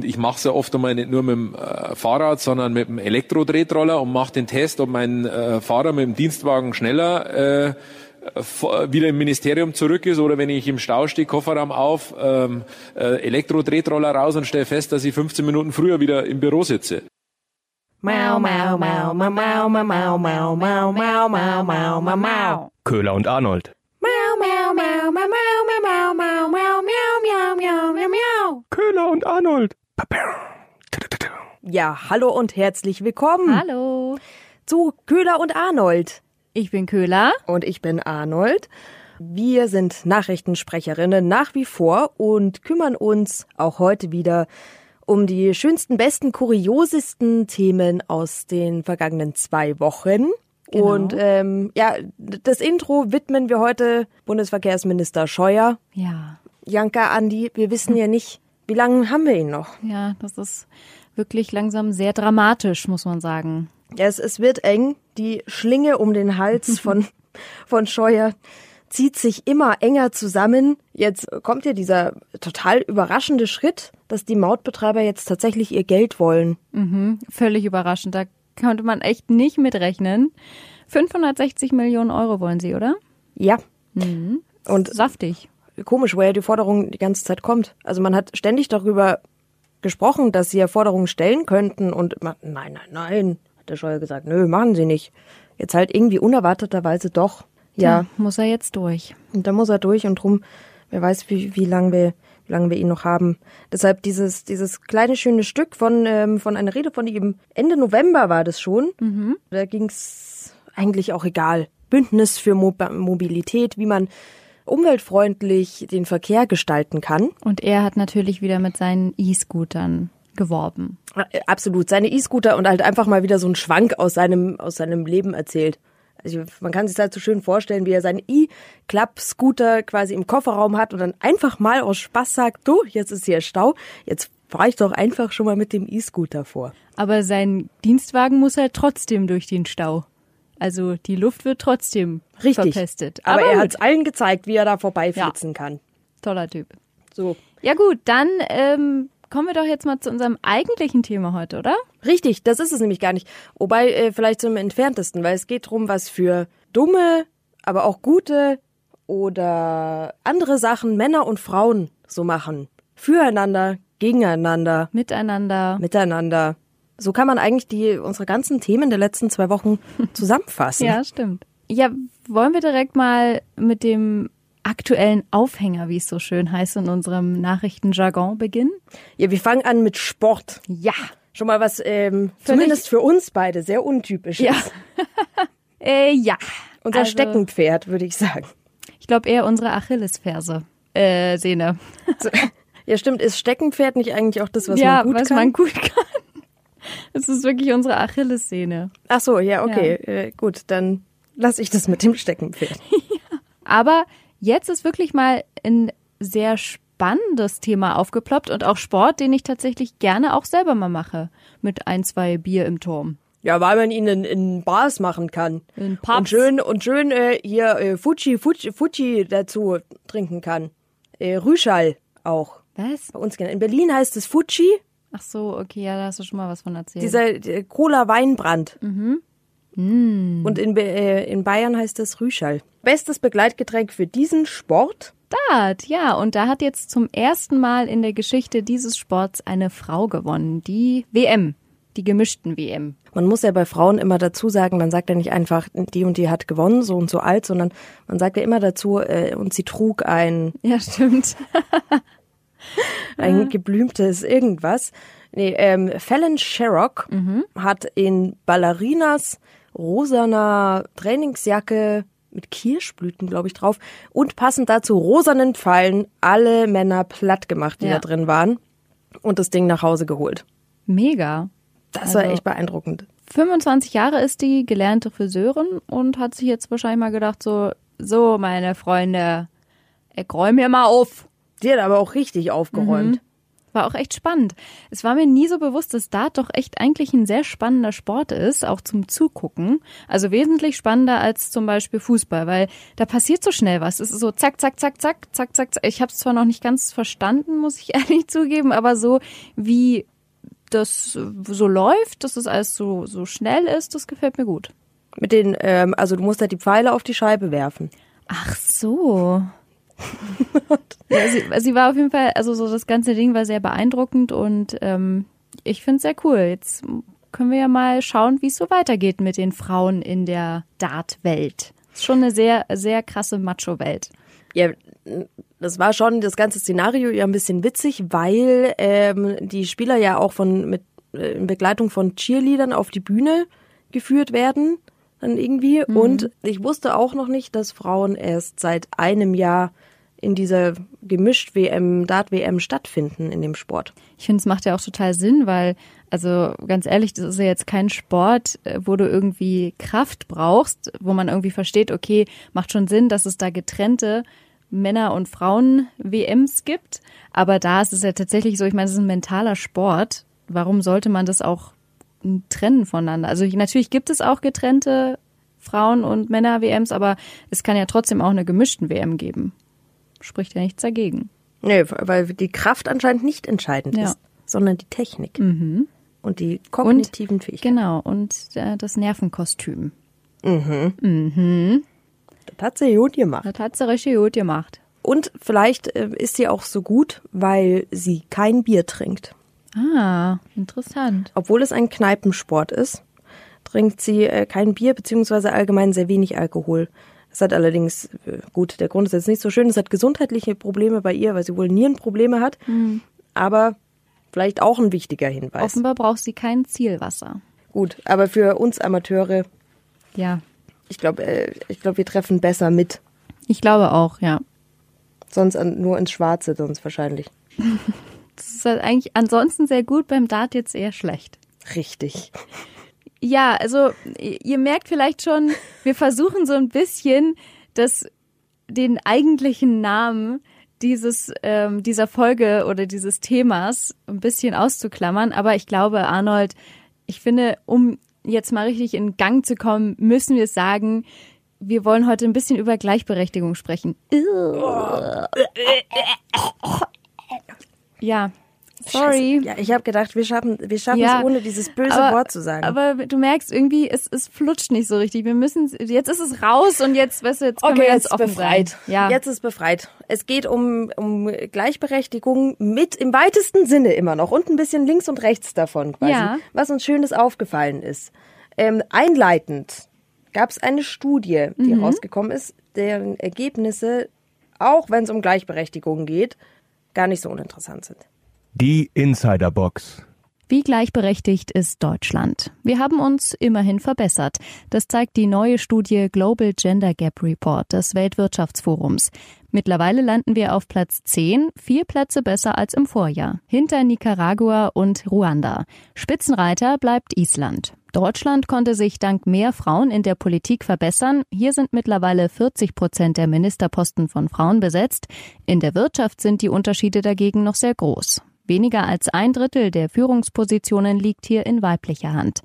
Ich mache es ja oft einmal nicht nur mit dem äh, Fahrrad, sondern mit dem Elektrodrehtroller und mache den Test, ob mein äh, Fahrer mit dem Dienstwagen schneller äh, wieder im Ministerium zurück ist oder wenn ich im Stau stehe, Kofferraum auf, ähm, äh, Elektrodrehtroller raus und stelle fest, dass ich 15 Minuten früher wieder im Büro sitze. Mau, mau, mau, mau, mau, mau, mau, mau, mau, mau, mau, mau, mau. Köhler und Arnold. Mau, mau, mau, mau, mau, mau, mau, mau, mau, miau, miau, miau, miau, miau. Köhler und Arnold. Ja, hallo und herzlich willkommen. Hallo. Zu Köhler und Arnold. Ich bin Köhler. Und ich bin Arnold. Wir sind Nachrichtensprecherinnen nach wie vor und kümmern uns auch heute wieder um die schönsten, besten, kuriosesten Themen aus den vergangenen zwei Wochen. Genau. Und ähm, ja, das Intro widmen wir heute Bundesverkehrsminister Scheuer. Ja. Janka, Andi, wir wissen ja nicht, wie lange haben wir ihn noch? Ja, das ist wirklich langsam sehr dramatisch, muss man sagen. Ja, es, es wird eng. Die Schlinge um den Hals von, von Scheuer zieht sich immer enger zusammen. Jetzt kommt ja dieser total überraschende Schritt, dass die Mautbetreiber jetzt tatsächlich ihr Geld wollen. Mhm, völlig überraschend. Da konnte man echt nicht mitrechnen. 560 Millionen Euro wollen sie, oder? Ja. Mhm. Und saftig. Komisch, woher die Forderung die ganze Zeit kommt. Also man hat ständig darüber gesprochen, dass sie ja Forderungen stellen könnten und immer, nein, nein, nein, der Scheuer gesagt, nö, machen sie nicht. Jetzt halt irgendwie unerwarteterweise doch. Ja. ja Hm, muss er jetzt durch. Und da muss er durch und drum, wer weiß, wie, wie lange wir, wie lang wir ihn noch haben. Deshalb dieses, dieses kleine schöne Stück von, ähm, von einer Rede von ihm, Ende November war das schon. Mhm. Da ging's eigentlich auch egal. Bündnis für Mo Mobilität, wie man umweltfreundlich den Verkehr gestalten kann. Und er hat natürlich wieder mit seinen E-Scootern geworben. Äh, Absolut. Seine E-Scooter und halt einfach mal wieder so einen Schwank aus seinem, aus seinem Leben erzählt. Also man kann sich das halt so schön vorstellen, wie er seinen E-Club-Scooter quasi im Kofferraum hat und dann einfach mal aus Spaß sagt, du, jetzt ist hier Stau, jetzt fahre ich doch einfach schon mal mit dem E-Scooter vor. Aber sein Dienstwagen muss halt trotzdem durch den Stau. Also die Luft wird trotzdem Richtig. verpestet. Aber, Aber er hat es allen gezeigt, wie er da vorbeiflitzen ja. kann. Toller Typ. So. Ja gut, dann ähm, kommen wir doch jetzt mal zu unserem eigentlichen Thema heute, oder? Richtig, das ist es nämlich gar nicht. Wobei äh, vielleicht zum entferntesten, weil es geht darum, was für dumme, aber auch gute oder andere Sachen Männer und Frauen so machen. Füreinander, gegeneinander. Miteinander. Miteinander. So kann man eigentlich die, unsere ganzen Themen der letzten zwei Wochen zusammenfassen. ja, stimmt. Ja, wollen wir direkt mal mit dem aktuellen Aufhänger, wie es so schön heißt in unserem Nachrichtenjargon, beginnen? Ja, wir fangen an mit Sport. Ja. Schon mal was, ähm, für zumindest nicht. für uns beide, sehr untypisch. Ja. äh, ja. Unser also, Steckenpferd, würde ich sagen. Ich glaube eher unsere Achillesferse. Äh, Sehne. ja, stimmt. Ist Steckenpferd nicht eigentlich auch das, was ja, man gut was kann? man gut kann. Es ist wirklich unsere Achillessehne. Ach so, ja, okay. Ja. Äh, gut, dann lasse ich das mit dem Steckenpferd. ja. Aber jetzt ist wirklich mal ein sehr spannendes Thema aufgeploppt und auch Sport, den ich tatsächlich gerne auch selber mal mache. Mit ein, zwei Bier im Turm. Ja, weil man ihn in, in Bars machen kann. In Pubs. Und schön, und schön äh, hier äh, Fuji, Fuji, Fuji dazu trinken kann. Äh, Rüschal auch. Was? Bei uns genau. In Berlin heißt es Fuji. Ach so, okay, ja, da hast du schon mal was von erzählt. Dieser die Cola-Weinbrand. Mhm. Und in, äh, in Bayern heißt das Rüschal. Bestes Begleitgetränk für diesen Sport? Dart, ja. Und da hat jetzt zum ersten Mal in der Geschichte dieses Sports eine Frau gewonnen. Die WM. Die gemischten WM. Man muss ja bei Frauen immer dazu sagen, man sagt ja nicht einfach, die und die hat gewonnen, so und so alt, sondern man sagt ja immer dazu, äh, und sie trug ein. Ja, stimmt. ein geblümtes irgendwas. Nee, ähm, Fallon Sherrock mhm. hat in Ballerinas rosaner Trainingsjacke mit Kirschblüten, glaube ich, drauf und passend dazu rosanen Pfeilen alle Männer platt gemacht, die ja. da drin waren und das Ding nach Hause geholt. Mega. Das also war echt beeindruckend. 25 Jahre ist die gelernte Friseurin und hat sich jetzt wahrscheinlich mal gedacht so, so meine Freunde, ich räume hier mal auf. Die hat aber auch richtig aufgeräumt. Mhm. War auch echt spannend. Es war mir nie so bewusst, dass Dart doch echt eigentlich ein sehr spannender Sport ist, auch zum Zugucken. Also wesentlich spannender als zum Beispiel Fußball, weil da passiert so schnell was. Es ist so zack, zack, zack, zack, zack, zack. zack. Ich habe es zwar noch nicht ganz verstanden, muss ich ehrlich zugeben, aber so wie das so läuft, dass das alles so, so schnell ist, das gefällt mir gut. Mit den, ähm, also du musst halt die Pfeile auf die Scheibe werfen. Ach so. ja, sie, sie war auf jeden Fall, also so das ganze Ding war sehr beeindruckend und ähm, ich finde es sehr cool. Jetzt können wir ja mal schauen, wie es so weitergeht mit den Frauen in der Dart-Welt. Ist schon eine sehr, sehr krasse Macho-Welt. Ja, das war schon das ganze Szenario ja ein bisschen witzig, weil ähm, die Spieler ja auch von mit äh, in Begleitung von Cheerleadern auf die Bühne geführt werden dann irgendwie. Und ich wusste auch noch nicht, dass Frauen erst seit einem Jahr in dieser gemischt WM, Dart WM stattfinden in dem Sport. Ich finde, es macht ja auch total Sinn, weil, also ganz ehrlich, das ist ja jetzt kein Sport, äh, wo du irgendwie Kraft brauchst, wo man irgendwie versteht, okay, macht schon Sinn, dass es da getrennte Männer- und Frauen-WMs gibt. Aber da ist es ja tatsächlich so, ich meine, es ist ein mentaler Sport. Warum sollte man das auch trennen voneinander? Also ich- natürlich gibt es auch getrennte Frauen- und Männer-WMs, aber es kann ja trotzdem auch eine gemischten WM geben. Spricht ja nichts dagegen. Nee, weil die Kraft anscheinend nicht entscheidend Ja. ist, sondern die Technik und die kognitiven Fähigkeiten. Genau, und äh, das Nervenkostüm. Das hat sie gut gemacht. Das hat sie richtig gut gemacht. Und vielleicht äh, ist sie auch so gut, weil sie kein Bier trinkt. Ah, interessant. Obwohl es ein Kneipensport ist, trinkt sie äh, kein Bier beziehungsweise allgemein sehr wenig Alkohol. Es hat allerdings, äh, gut, der Grund ist jetzt nicht so schön, es hat gesundheitliche Probleme bei ihr, weil sie wohl Nierenprobleme hat. Aber vielleicht auch ein wichtiger Hinweis. Offenbar braucht sie kein Zielwasser. Gut, aber für uns Amateure, Ja, ich glaube, äh, ich glaube, wir treffen besser mit. ich glaube auch, ja. Sonst an, nur ins Schwarze, sonst wahrscheinlich. Das ist halt eigentlich ansonsten sehr gut, beim Dart jetzt eher schlecht. Richtig. Ja, also i- ihr merkt vielleicht schon, wir versuchen so ein bisschen das, den eigentlichen Namen dieses, ähm, dieser Folge oder dieses Themas ein bisschen auszuklammern. Aber ich glaube, Arnold, ich finde, um jetzt mal richtig in Gang zu kommen, müssen wir es sagen, wir wollen heute ein bisschen über Gleichberechtigung sprechen. Ja, sorry. Scheiße. Ja, ich habe gedacht, wir schaffen, wir schaffen Ja, es ohne dieses böse aber- Wort zu sagen. Aber du merkst irgendwie, es, es flutscht nicht so richtig. Wir müssen, jetzt ist es raus und jetzt, weißt du, jetzt können Okay, wir jetzt ganz ist offen befreit. sein. Ja, Jetzt ist befreit. Es geht um, um Gleichberechtigung mit im weitesten Sinne immer noch und ein bisschen links und rechts davon quasi, Ja. was uns Schönes aufgefallen ist. Ähm, einleitend gab es eine Studie, die Mhm. rausgekommen ist, deren Ergebnisse, auch wenn es um Gleichberechtigung geht, gar nicht so uninteressant sind. Die Insiderbox. Wie gleichberechtigt ist Deutschland? Wir haben uns immerhin verbessert. Das zeigt die neue Studie Global Gender Gap Report des Weltwirtschaftsforums. Mittlerweile landen wir auf Platz 10, vier Plätze besser als im Vorjahr, hinter Nicaragua und Ruanda. Spitzenreiter bleibt Island. Deutschland konnte sich dank mehr Frauen in der Politik verbessern. Hier sind mittlerweile 40 Prozent der Ministerposten von Frauen besetzt. In der Wirtschaft sind die Unterschiede dagegen noch sehr groß. Weniger als ein Drittel der Führungspositionen liegt hier in weiblicher Hand.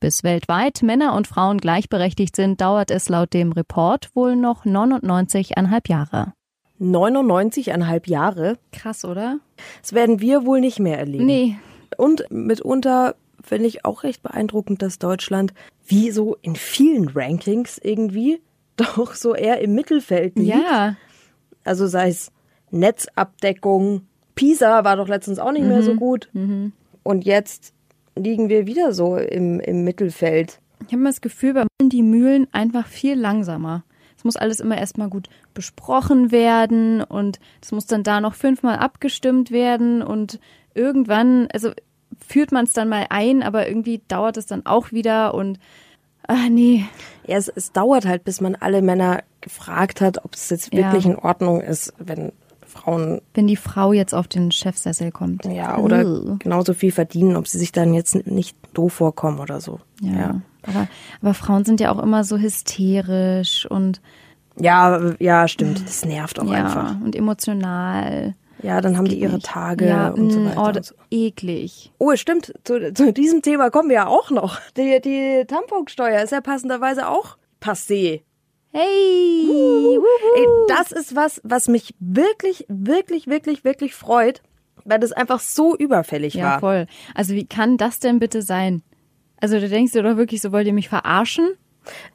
Bis weltweit Männer und Frauen gleichberechtigt sind, dauert es laut dem Report wohl noch 99,5 Jahre. 99,5 Jahre, Krass, oder? das werden wir wohl nicht mehr erleben. Nee. Und mitunter finde ich auch recht beeindruckend, dass Deutschland wie so in vielen Rankings irgendwie doch so eher im Mittelfeld liegt. Ja. Also sei es Netzabdeckung, PISA war doch letztens auch nicht mehr Mhm. so gut. Und jetzt liegen wir wieder so im, im Mittelfeld. Ich habe immer das Gefühl, bei Männern die Mühlen einfach viel langsamer. Es muss alles immer erstmal gut besprochen werden und es muss dann da noch fünfmal abgestimmt werden und irgendwann, also führt man es dann mal ein, aber irgendwie dauert es dann auch wieder und ah nee, Ja, es, es dauert halt, bis man alle Männer gefragt hat, ob es jetzt Ja. wirklich in Ordnung ist, wenn Frauen wenn die Frau jetzt auf den Chefsessel kommt. ja oder Ugh. genauso viel verdienen, ob sie sich dann jetzt nicht doof vorkommen oder so. Ja. Aber, aber Frauen sind ja auch immer so hysterisch und Ja, ja, stimmt. Das nervt auch ja, Oh, einfach. und emotional. Ja, dann Das haben die geht ihre nicht. Tage ja, und so mh, weiter. Oh, und das- so. eklig. Oh, stimmt. Zu, zu diesem Thema kommen wir ja auch noch. Die, die Tamponsteuer ist ja passenderweise auch passé. Hey! Ey, das ist was, was mich wirklich, wirklich, wirklich, wirklich freut, weil das einfach so überfällig ja, war. voll. Also wie kann das denn bitte sein? Also da denkst du doch wirklich so, wollt ihr mich verarschen?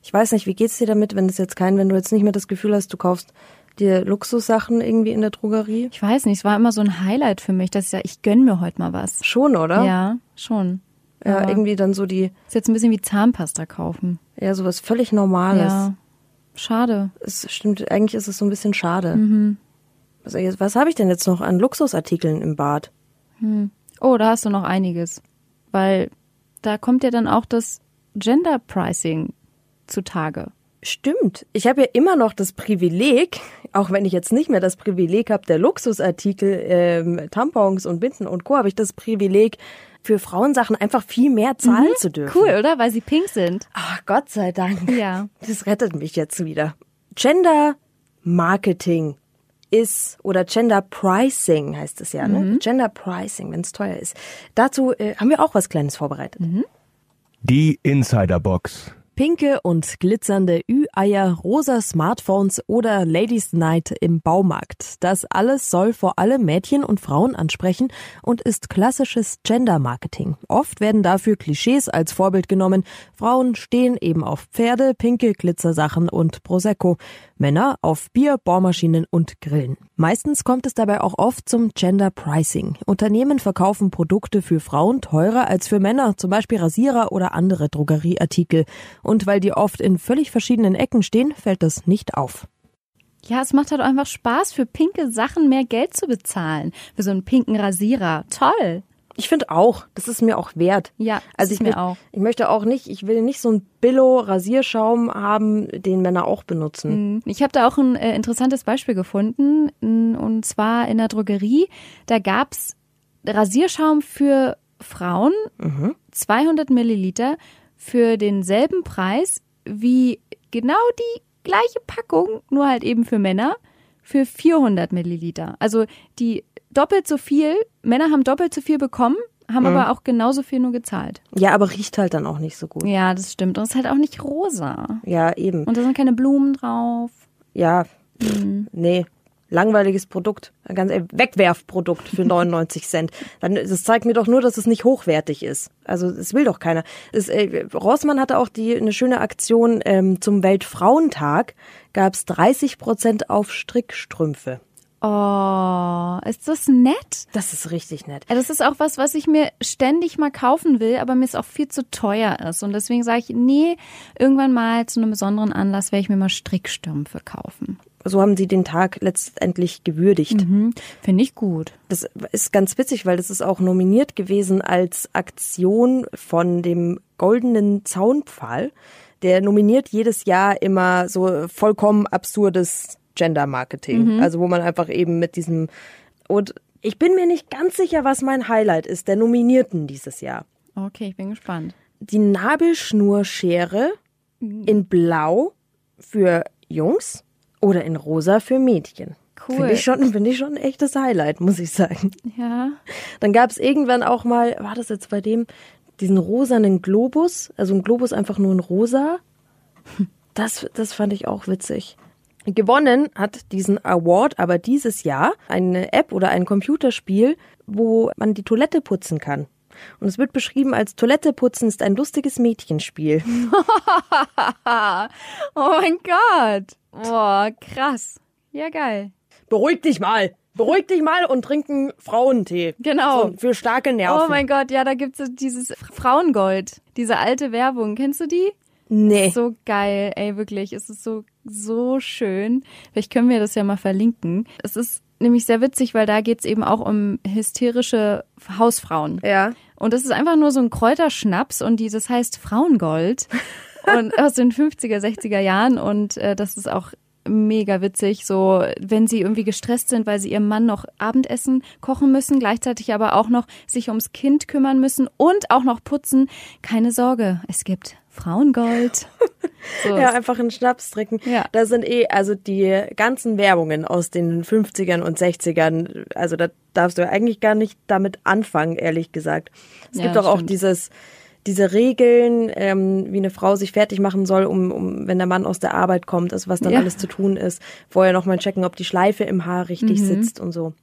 Ich weiß nicht, wie geht's dir damit, wenn das jetzt kein, wenn du jetzt nicht mehr das Gefühl hast, du kaufst dir Luxussachen irgendwie in der Drogerie? Ich weiß nicht, es war immer so ein Highlight für mich, dass ich ja, ich gönn mir heute mal was. Schon, oder? Ja, schon. ja Aber irgendwie dann so die, Ist jetzt ein bisschen wie Zahnpasta kaufen. ja, sowas völlig Normales. Ja. Schade. Es stimmt, eigentlich ist es so ein bisschen schade. Also jetzt, was habe ich denn jetzt noch an Luxusartikeln im Bad? Oh, da hast du noch einiges. Weil da kommt ja dann auch das Gender Pricing zutage. Stimmt. Ich habe ja immer noch das Privileg, auch wenn ich jetzt nicht mehr das Privileg habe der Luxusartikel, ähm, Tampons und Binden und Co., habe ich das Privileg, für Frauensachen einfach viel mehr zahlen zu dürfen. Mhm. Cool, oder? Weil sie pink sind. Ach, Gott sei Dank. Ja. Das rettet mich jetzt wieder. Gender Marketing ist oder Gender Pricing heißt es ja, ne? Gender Pricing, wenn es teuer ist. Dazu äh, haben wir auch was Kleines vorbereitet. Die Insiderbox. Pinke und glitzernde Ü-Eier, rosa Smartphones oder Ladies Night im Baumarkt. Das alles soll vor allem Mädchen und Frauen ansprechen und ist klassisches Gender-Marketing. Oft werden dafür Klischees als Vorbild genommen. Frauen stehen eben auf Pferde, pinke Glitzersachen und Prosecco. Männer auf Bier, Bohrmaschinen und Grillen. Meistens kommt es dabei auch oft zum Gender Pricing. Unternehmen verkaufen Produkte für Frauen teurer als für Männer, zum Beispiel Rasierer oder andere Drogerieartikel. Und weil die oft in völlig verschiedenen Ecken stehen, fällt das nicht auf. Ja, es macht halt einfach Spaß, für pinke Sachen mehr Geld zu bezahlen. Für so einen pinken Rasierer. Toll. Ich finde auch, das ist mir auch wert. Ja, das also ist ich mir mö- auch. Ich möchte auch nicht, ich will nicht so einen Billo-Rasierschaum haben, den Männer auch Mhm. benutzen. Ich habe da auch ein äh, interessantes Beispiel gefunden, n- und zwar in der Drogerie. Da gab's Rasierschaum für Frauen, 200 Milliliter, für denselben Preis wie genau die gleiche Packung, nur halt eben für Männer, für 400 Milliliter. Also die doppelt so viel, Männer haben doppelt so viel bekommen, haben aber auch genauso viel nur gezahlt. Ja, aber riecht halt dann auch nicht so gut. Ja, das stimmt. Und es ist halt auch nicht rosa. Ja, eben. Und da sind keine Blumen drauf. Ja, pff, nee. Langweiliges Produkt, ein ganz ein Wegwerfprodukt für 99 Cent. Dann, das zeigt mir doch nur, dass es nicht hochwertig ist. Also es will doch keiner. Es, äh, Rossmann hatte auch die eine schöne Aktion ähm, zum Weltfrauentag. Gab es 30 Prozent auf Strickstrümpfe. Oh, ist das nett? Das ist richtig nett. Ja, Das ist auch was, was ich mir ständig mal kaufen will, aber mir es auch viel zu teuer ist. Und deswegen sage ich, nee, irgendwann mal zu einem besonderen Anlass werde ich mir mal Strickstürme kaufen. So haben sie den Tag letztendlich gewürdigt. Hm, Finde ich gut. Das ist ganz witzig, weil das ist auch nominiert gewesen als Aktion von dem Goldenen Zaunpfahl. Der nominiert jedes Jahr immer so vollkommen absurdes Gender-Marketing. Also wo man einfach eben mit diesem... Und ich bin mir nicht ganz sicher, was mein Highlight ist, der Nominierten dieses Jahr. Okay, ich bin gespannt. Die Nabelschnurschere in Blau für Jungs oder in Rosa für Mädchen. Cool. Finde ich, schon, finde ich schon ein echtes Highlight, muss ich sagen. Ja. Dann gab es irgendwann auch mal, war das jetzt bei dem, diesen rosanen Globus, also ein Globus einfach nur in rosa. Das, das fand ich auch witzig. Gewonnen hat diesen Award aber dieses Jahr eine App oder ein Computerspiel, wo man die Toilette putzen kann. Und es wird beschrieben als Toilette putzen ist ein lustiges Mädchenspiel. Oh mein Gott. Boah, krass. Ja, geil. Beruhig dich mal! Beruhig dich mal und trinken Frauentee. Genau. So, für starke Nerven. Oh mein Gott, ja, da gibt's so dieses Frauengold, diese alte Werbung. Kennst du die? Nee. So geil, ey, wirklich. Es ist so, so schön. Vielleicht können wir das ja mal verlinken. Es ist nämlich sehr witzig, weil da geht's eben auch um hysterische Hausfrauen. Ja. Und das ist einfach nur so ein Kräuterschnaps und die, das heißt Frauengold und aus den 50er, 60er Jahren und äh, das ist auch mega witzig, so wenn sie irgendwie gestresst sind, weil sie ihrem Mann noch Abendessen kochen müssen, gleichzeitig aber auch noch sich ums Kind kümmern müssen und auch noch putzen. Keine Sorge, es gibt Frauengold. So Ja, ist- einfach einen Schnaps trinken. Ja. Da sind eh, also die ganzen Werbungen aus den 50ern und 60ern, also da darfst du eigentlich gar nicht damit anfangen, ehrlich gesagt. Es Ja, gibt doch auch stimmt. dieses, diese Regeln, ähm, wie eine Frau sich fertig machen soll, um, um wenn der Mann aus der Arbeit kommt, also was dann Ja. alles zu tun ist. Vorher nochmal checken, ob die Schleife im Haar richtig sitzt und so.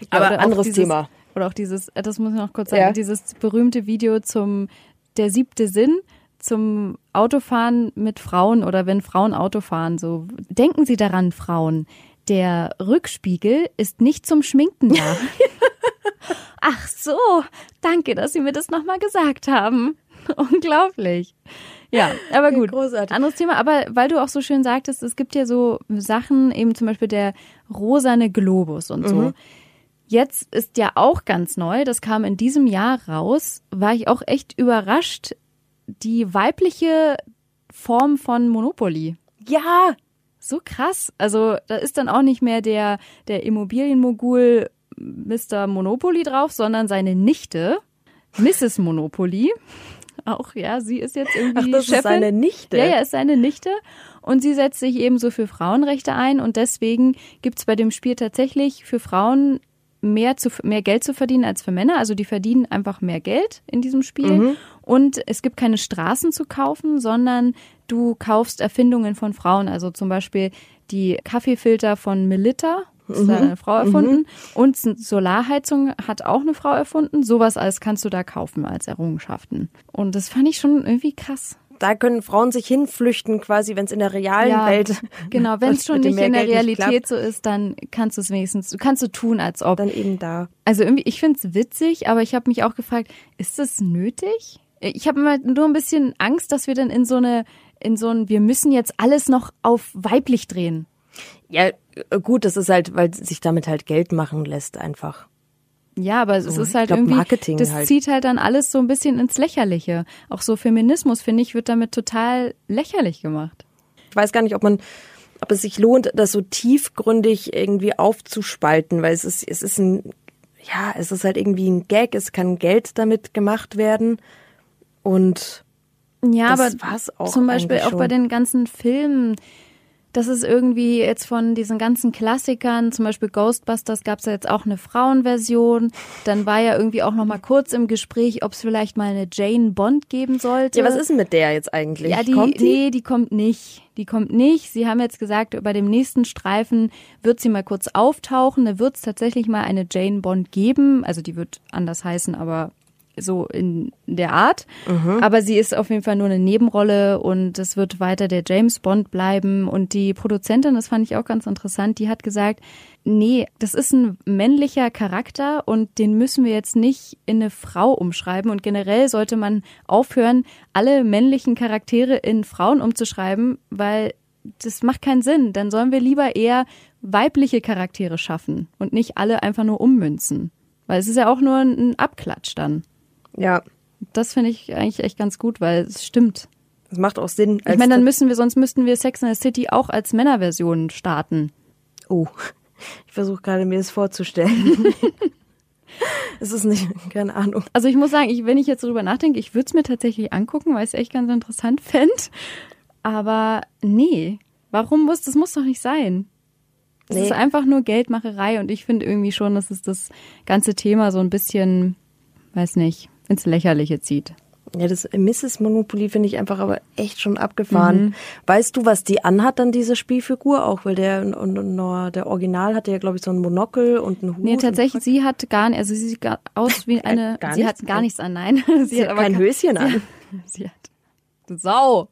Ja, Aber oder Mhm. auch anderes dieses, Thema. Oder auch dieses, äh, das muss ich noch kurz sagen, Ja. dieses berühmte Video zum Der siebte Sinn zum Autofahren mit Frauen oder wenn Frauen Auto fahren, so denken Sie daran, Frauen, der Rückspiegel ist nicht zum Schminken da. Ach so, danke, dass Sie mir das nochmal gesagt haben. Unglaublich. Ja, aber gut. großartig. Anderes Thema, aber weil du auch so schön sagtest, es gibt ja so Sachen, eben zum Beispiel der rosane Globus und so. Jetzt ist ja auch ganz neu, das kam in diesem Jahr raus, war ich auch echt überrascht, die weibliche Form von Monopoly. Ja, So krass. Also da ist dann auch nicht mehr der, der Immobilienmogul Mr. Monopoly drauf, sondern seine Nichte, Mrs. Monopoly. Auch ja, sie ist jetzt ach, irgendwie das Chefin. ist seine Nichte. Ja, ja, ist seine Nichte. Und sie setzt sich ebenso für Frauenrechte ein. Und deswegen gibt's bei dem Spiel tatsächlich für Frauen mehr, zu, mehr Geld zu verdienen als für Männer. Also die verdienen einfach mehr Geld in diesem Spiel. Und es gibt keine Straßen zu kaufen, sondern du kaufst Erfindungen von Frauen. Also zum Beispiel die Kaffeefilter von Melitta. Das hat eine Frau erfunden. Und Solarheizung hat auch eine Frau erfunden. Sowas alles kannst du da kaufen als Errungenschaften. Und das fand ich schon irgendwie krass Da können Frauen sich hinflüchten, quasi, wenn es in der realen Welt. Genau, wenn es schon mit dem nicht in der Mehrgeld nicht Realität klappt, so ist, dann kannst du es wenigstens, du kannst so tun, als ob. dann eben da. also irgendwie, ich finde es witzig, aber ich habe mich auch gefragt, ist das nötig? Ich habe immer nur ein bisschen Angst, dass wir dann in so eine, in so ein, wir müssen jetzt alles noch auf weiblich drehen. Ja, äh, gut, das ist halt, weil sich damit halt Geld machen lässt einfach. Ja, aber es ist Oh, ich halt glaub, irgendwie, Marketing das halt. zieht halt dann alles so ein bisschen ins Lächerliche. Auch so Feminismus, finde ich, wird damit total lächerlich gemacht. Ich weiß gar nicht, ob man, ob es sich lohnt, das so tiefgründig irgendwie aufzuspalten, weil es ist, es ist ein, ja, es ist halt irgendwie ein Gag, es kann Geld damit gemacht werden und Ja, Das aber war's auch zum Beispiel eigentlich auch bei schon. den ganzen Filmen. Das ist irgendwie jetzt von diesen ganzen Klassikern, zum Beispiel Ghostbusters gab's ja jetzt auch eine Frauenversion. Dann war ja irgendwie auch noch mal kurz im Gespräch, ob es vielleicht mal eine Jane Bond geben sollte. ja, was ist denn mit der jetzt eigentlich? Ja, die, Kommt die? nee, die kommt nicht. Die kommt nicht. Sie haben jetzt gesagt, bei dem nächsten Streifen wird sie mal kurz auftauchen. Da wird es tatsächlich mal eine Jane Bond geben. Also die wird anders heißen, aber so in der Art. Mhm. Aber sie ist auf jeden Fall nur eine Nebenrolle und es wird weiter der James Bond bleiben. Und die Produzentin, das fand ich auch ganz interessant, die hat gesagt, nee, das ist ein männlicher Charakter und den müssen wir jetzt nicht in eine Frau umschreiben. Und generell sollte man aufhören, alle männlichen Charaktere in Frauen umzuschreiben, weil das macht keinen Sinn. Dann sollen wir lieber eher weibliche Charaktere schaffen und nicht alle einfach nur ummünzen. Weil es ist ja auch nur ein ein Abklatsch dann. Ja, Das finde ich eigentlich echt ganz gut, weil es stimmt. das macht auch Sinn. Ich meine, dann müssen wir, sonst müssten wir Sex in the City auch als Männerversion starten. Oh, ich versuche gerade mir das vorzustellen. es ist nicht, keine Ahnung. Also ich muss sagen, ich, wenn ich jetzt drüber nachdenke, ich würde es mir tatsächlich angucken, weil ich es echt ganz interessant fände. Aber nee, warum muss, das muss doch nicht sein. Das Nee. ist einfach nur Geldmacherei und ich finde irgendwie schon, dass es das ganze Thema so ein bisschen, weiß nicht, ins Lächerliche zieht. Ja, das Mrs. Monopoly finde ich einfach aber echt schon abgefahren. Mhm. Weißt du, was die anhat dann, diese Spielfigur auch? Weil der, und, und, und der Original hatte ja, glaube ich, so ein Monokel und einen Hut. Nee, und- tatsächlich, sie hat gar nicht, also sie sieht gar aus wie eine, Gar sie nichts? ne? hat gar nichts an, nein. Sie hat kein Höschen an, Sie hat, Sau.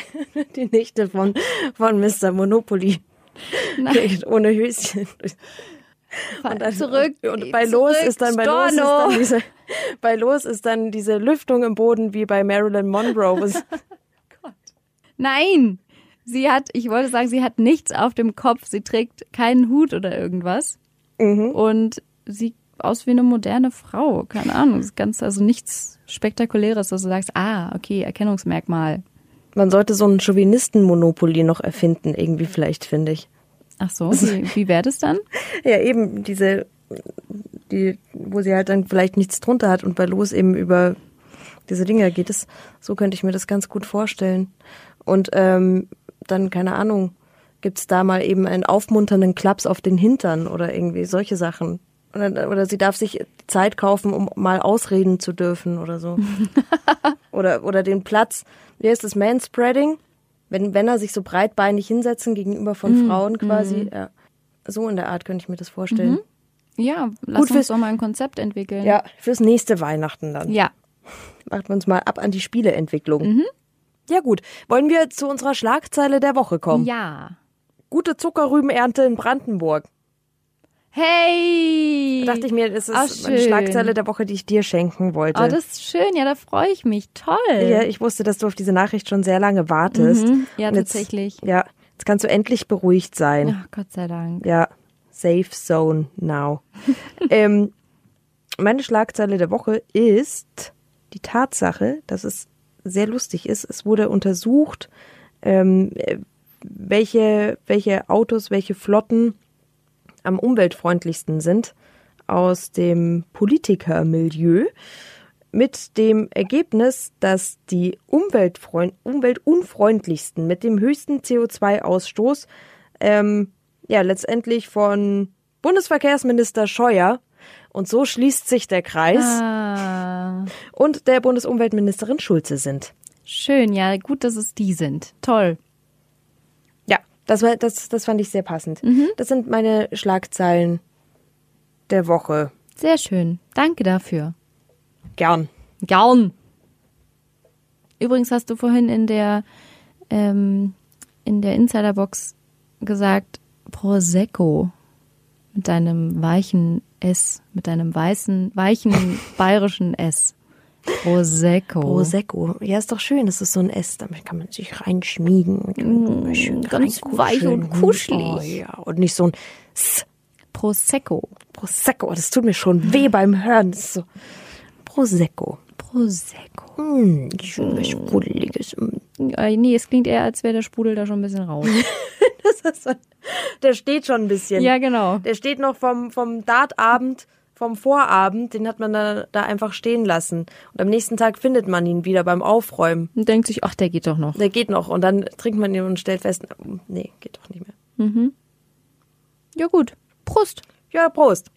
die Nichte von, von Mr. Monopoly. Nein, Ohne Höschen. dann- zurück. Und bei Los zurück, ist dann bei Los ist Storno. dann diese bei Los ist dann diese Lüftung im Boden wie bei Marilyn Monroe. Was- Nein! Sie hat, ich wollte sagen, sie hat nichts auf dem Kopf. Sie trägt keinen Hut oder irgendwas. Mhm. Und sieht aus wie eine moderne Frau. Keine Ahnung. Das ist ganz, also nichts Spektakuläres, dass du sagst, ah, okay, Erkennungsmerkmal. Man sollte so einen Chauvinisten Monopoly noch erfinden irgendwie vielleicht, finde ich. Ach so, wie, wie wäre das dann? Ja, eben diese, die, wo sie halt dann vielleicht nichts drunter hat und bei Los eben über diese Dinger geht es. So könnte ich mir das ganz gut vorstellen. Und ähm, dann, keine Ahnung, gibt's da mal eben einen aufmunternden Klaps auf den Hintern oder irgendwie solche Sachen. Oder, oder sie darf sich Zeit kaufen, um mal ausreden zu dürfen oder so. oder, oder den Platz. Wie heißt das? Manspreading? Wenn Männer sich so breitbeinig hinsetzen gegenüber von Frauen quasi. Ja. So in der Art könnte ich mir das vorstellen. Ja, lass Gut, wir- uns doch mal ein Konzept entwickeln. Ja, fürs nächste Weihnachten dann. Mhm. Ja. Mhm. Macht man uns mal ab an die Spieleentwicklung. Ja gut, wollen wir zu unserer Schlagzeile der Woche kommen? Ja. Gute Zuckerrübenernte in Brandenburg. Hey! Dachte ich mir, das ist Ah, eine schön. Schlagzeile der Woche, die ich dir schenken wollte. Oh, das ist schön. Ja, da freue ich mich. Toll. ja, ich wusste, dass du auf diese Nachricht schon sehr lange wartest. Mhm. Ja, Und jetzt, tatsächlich. Ja, jetzt kannst du endlich beruhigt sein. Ach, Gott sei Dank. Ja, safe zone now. ähm, meine Schlagzeile der Woche ist die Tatsache, dass es sehr lustig ist. Es wurde untersucht, ähm, äh, welche, welche Autos, welche Flotten am umweltfreundlichsten sind aus dem Politikermilieu. Mit dem Ergebnis, dass die umweltfreund umweltunfreundlichsten mit dem höchsten CO2-Ausstoß ähm, ja letztendlich von Bundesverkehrsminister Scheuer und so schließt sich der Kreis Ah, und der Bundesumweltministerin Schulze sind. schön. Ja, gut, dass es die sind. Toll. Ja, Mhm. das war das, das fand ich sehr passend. Das sind meine Schlagzeilen der Woche. Sehr schön. Danke dafür. Gern. Gaun. Übrigens hast du vorhin in der, ähm, in der Insiderbox gesagt, Prosecco mit deinem weichen S, mit deinem weißen, weichen bayerischen S. Prosecco. Prosecco. Ja, ist doch schön. Das ist so ein S. Damit kann man sich reinschmiegen. Mm, schön ganz reinkuscheln. weich und kuschelig. Oh, ja. Und nicht so ein S. Prosecco. Prosecco. Das tut mir schon weh beim Hören. Das ist so Prosecco. Prosecco. Mm, schön was Sprudeliges. Mm. Äh, Nee, es klingt eher, als wäre der Sprudel da schon ein bisschen raus. Das ist so- Der steht schon ein bisschen. ja, genau. Der steht noch vom, vom Dartabend, vom Vorabend, den hat man da, da einfach stehen lassen. Und am nächsten Tag findet man ihn wieder beim Aufräumen. Und denkt sich, ach, der geht doch noch. Der geht noch. Und dann trinkt man ihn und stellt fest, nee, geht doch nicht mehr. Ja, gut. Prost. Ja, Prost.